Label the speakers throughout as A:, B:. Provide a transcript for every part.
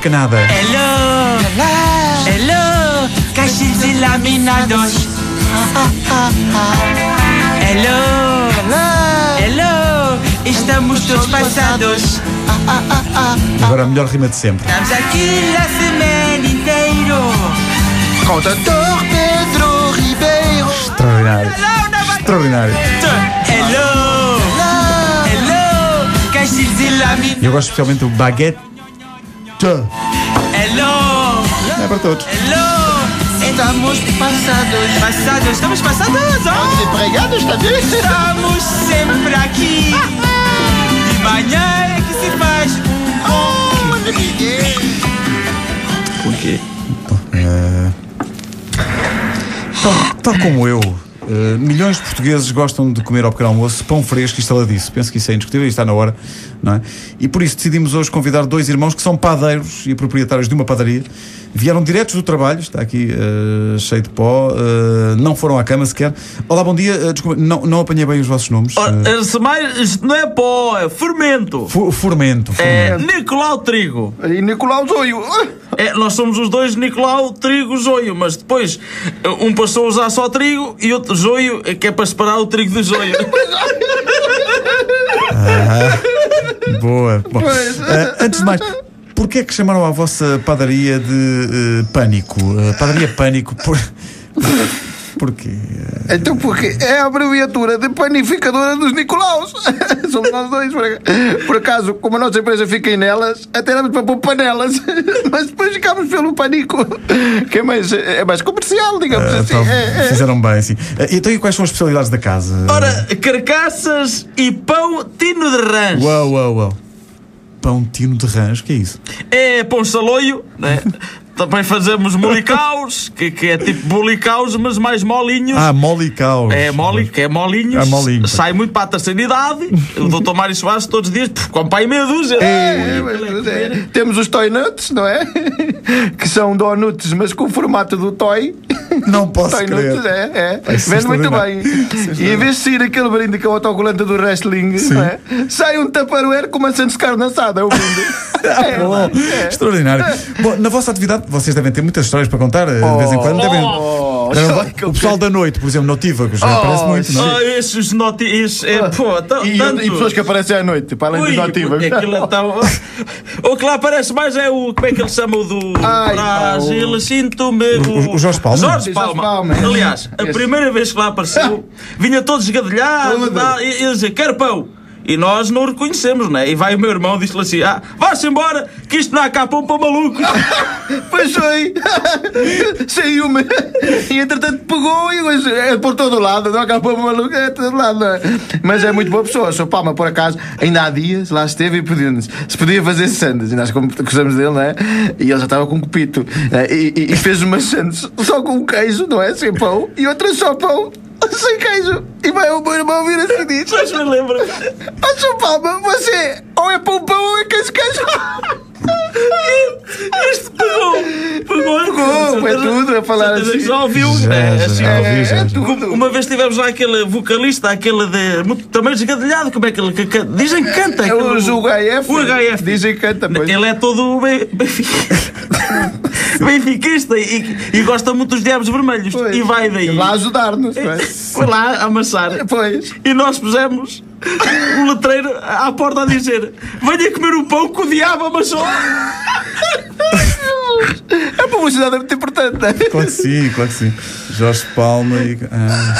A: Canada.
B: Hello! Hello! Cachez la minadoche. Hello! Hello! Estamos todos passados.
A: Agora a melhor rima de sempre.
B: Estamos aqui a semana inteiro. Com o doutor Pedro Ribeiro.
A: Extraordinário. Extraordinário.
B: Hello! Hello! Cachez la
A: E eu gosto especialmente do baguette.
B: Hello!
A: É para todos.
B: Hello! Estamos passados. Passados, estamos passados! ó.
C: Desempregados, tá vendo?
B: Estamos sempre aqui. De manhã é que se faz. Oh,
C: é
A: Tal, tal como eu, eh, milhões de portugueses gostam de comer ao pequeno almoço pão fresco e saladiço. Penso que isso é indiscutível e está na hora, não é? E por isso decidimos hoje convidar dois irmãos que são padeiros e proprietários de uma padaria. Vieram diretos do trabalho, está aqui eh, cheio de pó, eh, não foram à cama sequer. Olá, bom dia, eh, desculpa, não, não apanhei bem os vossos nomes.
D: Oh,
A: Eh,
D: Esse Ah, mais, isto não é pó, é fermento.
A: fu- Furmento.
D: É
A: furmento.
D: Nicolau Trigo.
C: E Nicolau Zoio.
D: É, nós somos os dois Nicolau Trigo Joio, mas depois eh, um passou a usar só trigo e outro joio, eh, que é para separar o trigo do joio.
A: Boa. Bom, eh, antes de mais, porquê é que chamaram a vossa padaria de eh, pânico? Eh, padaria pânico por... Porquê? Eh,
C: Então, porque é a abreviatura de panificadora dos Nicolaus. Somos nós dois. por- Por acaso, como a nossa empresa fica em nelas, até éramos para pôr panelas. Mas depois ficámos pelo panico, que é mais, é mais comercial, digamos
A: eh,
C: assim.
A: tal-
C: É, é.
A: Fizeram bem, sim. Eh, Então, e quais são as especialidades da casa?
D: Ora, carcaças e pão tino de rãs.
A: Uau, uau, uau. Pão tino de rãs, o que é isso?
D: É pão saloio, né? Também fazemos molicaus, que, que é tipo bolicaus, mas mais molinhos.
A: Ah, mole e caos.
D: É mole, que é molinhos.
A: É molinho.
D: Sai muito para a terceira idade. o doutor Mário Soares todos os dias, pff, com pai meia dúzia.
C: É, mas tudo é. Temos os Toy Nuts, não é? Que são donuts, mas com o formato do Toy.
A: Não posso
C: Toy
A: crer.
C: Nuts, é, é.
A: Ai, isso é
C: Vende muito
A: extraordinário.
C: bem. E em vez de sair aquele brinde que é o autocolante do wrestling, não é? sai um taparware com maçã de carne assada. É o brinde. É,
A: Ah, Bom, extraordinário. Bom, na vossa atividade, vocês devem ter muitas histórias para contar, eh, de vez em quando. Devem...
C: Oh,
A: Devem-
C: olha que
A: o pessoal da noite, por exemplo, notívagos, já aparece muito, não é?
D: Ah, esses noti... esses- é, pô, tão,
C: Ah, E,
D: tanto...
C: e pessoas que aparecem à noite, para além
D: Ui,
C: dos ativos.
D: aquilo é tão... O que lá aparece mais é o... Como é que ele chama o do...
C: Ai,
D: Brasil, sinto-me...
A: O- o Jorge Palma?
D: Jorge
C: Jorge
D: Palma.
C: Palma, é.
D: Aliás, a
C: Esse.
D: primeira vez que lá apareceu, vinha todo esgadilhado,
C: Todo.
D: dá- e ele dizia, quero pão. E nós não o reconhecemos, né? E vai o meu irmão, diz-lhe assim, ah, vá-se embora, que isto não há cá pão para maluco.
C: Pois foi. Saiu-me. E entretanto pegou e hoje é por todo lado. Não acabou maluco, é todo lado. não é? Mas é muito boa pessoa. Sou Palma, por acaso, ainda há dias lá esteve e pediu-nos se podia fazer sandes. E nós como gostamos dele, não é? E ele já estava com um copito. É, E, e- e fez umas sandes só com queijo, não é? Sem pão. E outra só pão. Sem queijo. E vai o meu irmão vir assim e diz:
D: Mas me lembra.
C: Ó, Sr. Palma, você ou é pão pão ou é queijo queijo.
D: Este pegou. Pegou.
C: Pegou, foi tudo a falar assim.
D: Já ouviu?
A: Já,
D: É,
A: já,
D: assim,
A: já ouvi,
C: é,
A: já,
C: é
A: já.
C: tudo.
D: Uma vez tivemos lá aquele vocalista, aquele de. muito- também esgadilhado, como é que ele. que- que- dizem que canta.
C: É
D: aquele-
C: o HF.
D: O HF.
C: Dizem que canta, pois.
D: Ele é todo ben- benfiquista. benfiquista e, e gosta muito dos diabos vermelhos.
C: Pois.
D: E vai daí.
C: Lá ajudar-nos, não é?
D: Foi lá amassar.
C: Pois.
D: E nós pusemos o letreiro à porta a dizer: venha comer um pão que o diabo amassou.
C: A publicidade é muito importante. não é?
A: Claro que sim, claro que sim. Jorge Palma e. Ah,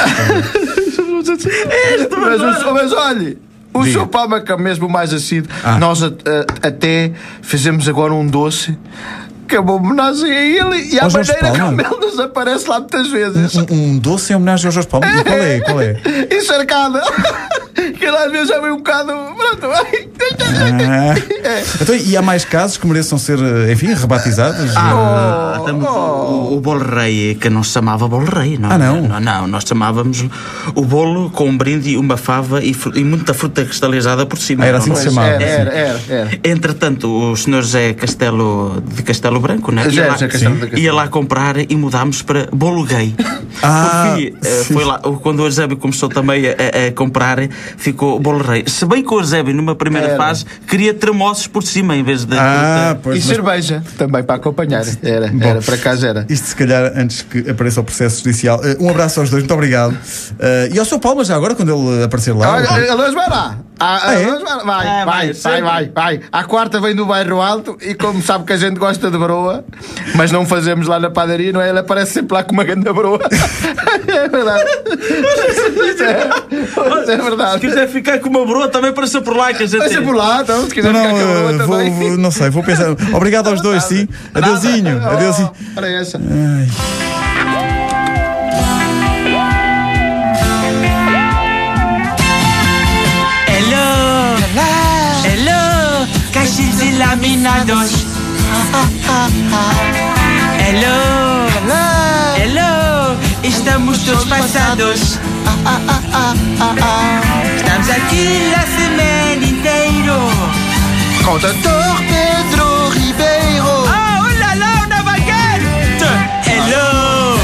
C: Mas, o- mas olhe. O
A: Diga.
C: Sr. Palma, que é mesmo mais assíduo,
A: Ah.
C: nós a- a- até fizemos agora um doce que é uma homenagem a ele e à
A: Ao Jorge
C: maneira
A: Palma?
C: como ele nos aparece lá muitas vezes.
A: um, um doce em homenagem ao Jorge Palma. E Qual é? Qual é?
C: Encharcada. Que ele às vezes já vem um bocado. Pronto, vai.
A: Ah. Então, e há mais casos que mereçam ser, eh, enfim, rebatizados?
D: Ah, tamo-
C: Oh,
D: o, o bolo rei, que não se chamava bolo rei, não.
A: Ah, não?
D: Não, não, nós chamávamos o bolo com um brinde, uma fava e, fru- e muita fruta cristalizada por cima.
A: Ah, era assim que
D: Não,
A: se
D: não.
A: chamava.
C: Era, era, era. era.
D: Entretanto, o senhor José Castelo de Castelo Branco, né?
C: José-
D: ia, lá,
C: José Castelo
D: Sim.
C: de Castelo.
D: ia lá comprar e mudámos para bolo gay.
A: Ah,
D: Porque, eh,
A: sim.
D: foi lá, quando o Eusébio começou também a, a- a comprar, ficou bolo rei. Se bem que o Eusébio, numa primeira
C: Era.
D: fase, queria termossos por cima em vez de.
A: Ah, pois.
C: E
A: mas-
C: cerveja também para acompanhar. Era,
A: Bom.
C: era, por acaso era.
A: Isto, se calhar, antes que apareça o processo judicial. Eh, um abraço aos dois, muito obrigado. Eh, e ao seu Palma, já agora, quando ele aparecer lá.
C: Olha,
A: ok?
C: olha, Alonso vai lá. A- a-
A: Ah, é?
C: Alonso vai, vai,
D: Ah, vai,
C: vai, vai,
D: sempre.
C: vai, vai. À quarta vem do bairro alto e como sabe que a gente gosta de broa, mas não fazemos lá na padaria, não é? Ele aparece sempre lá com uma grande broa. é verdade. Isso é, isso é
D: Se
C: verdade.
D: quiser ficar com uma broa, também apareceu por lá que a gente.
C: Vai ser por lá, então, se quiser
A: Não,
C: ficar com a broa
A: eh, vou,
C: também.
A: vou- não sei, vou pensar. Obrigado aos dois, sim. Adeusinho,
C: Nada.
A: adeusinho.
C: Oh, olha essa.
B: Hello, hello, cachis laminados. Hello, hello, estamos todos passados. Estamos aqui a semana inteira.
C: Contador Pedro Ribeiro.
B: Ah, oh là là, on a baguette. Tá. Hello,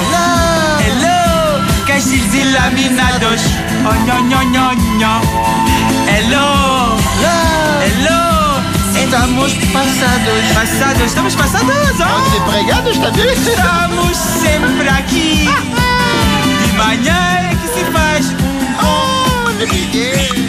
B: hello, cachis laminados. Oh, non, non, non, non. Hello. Hello! Estamos passados. Passados, estamos passados! Oh,
C: Empregado está bem?
B: estamos sempre Ah, aqui! De manhã é que se faz um bom dia.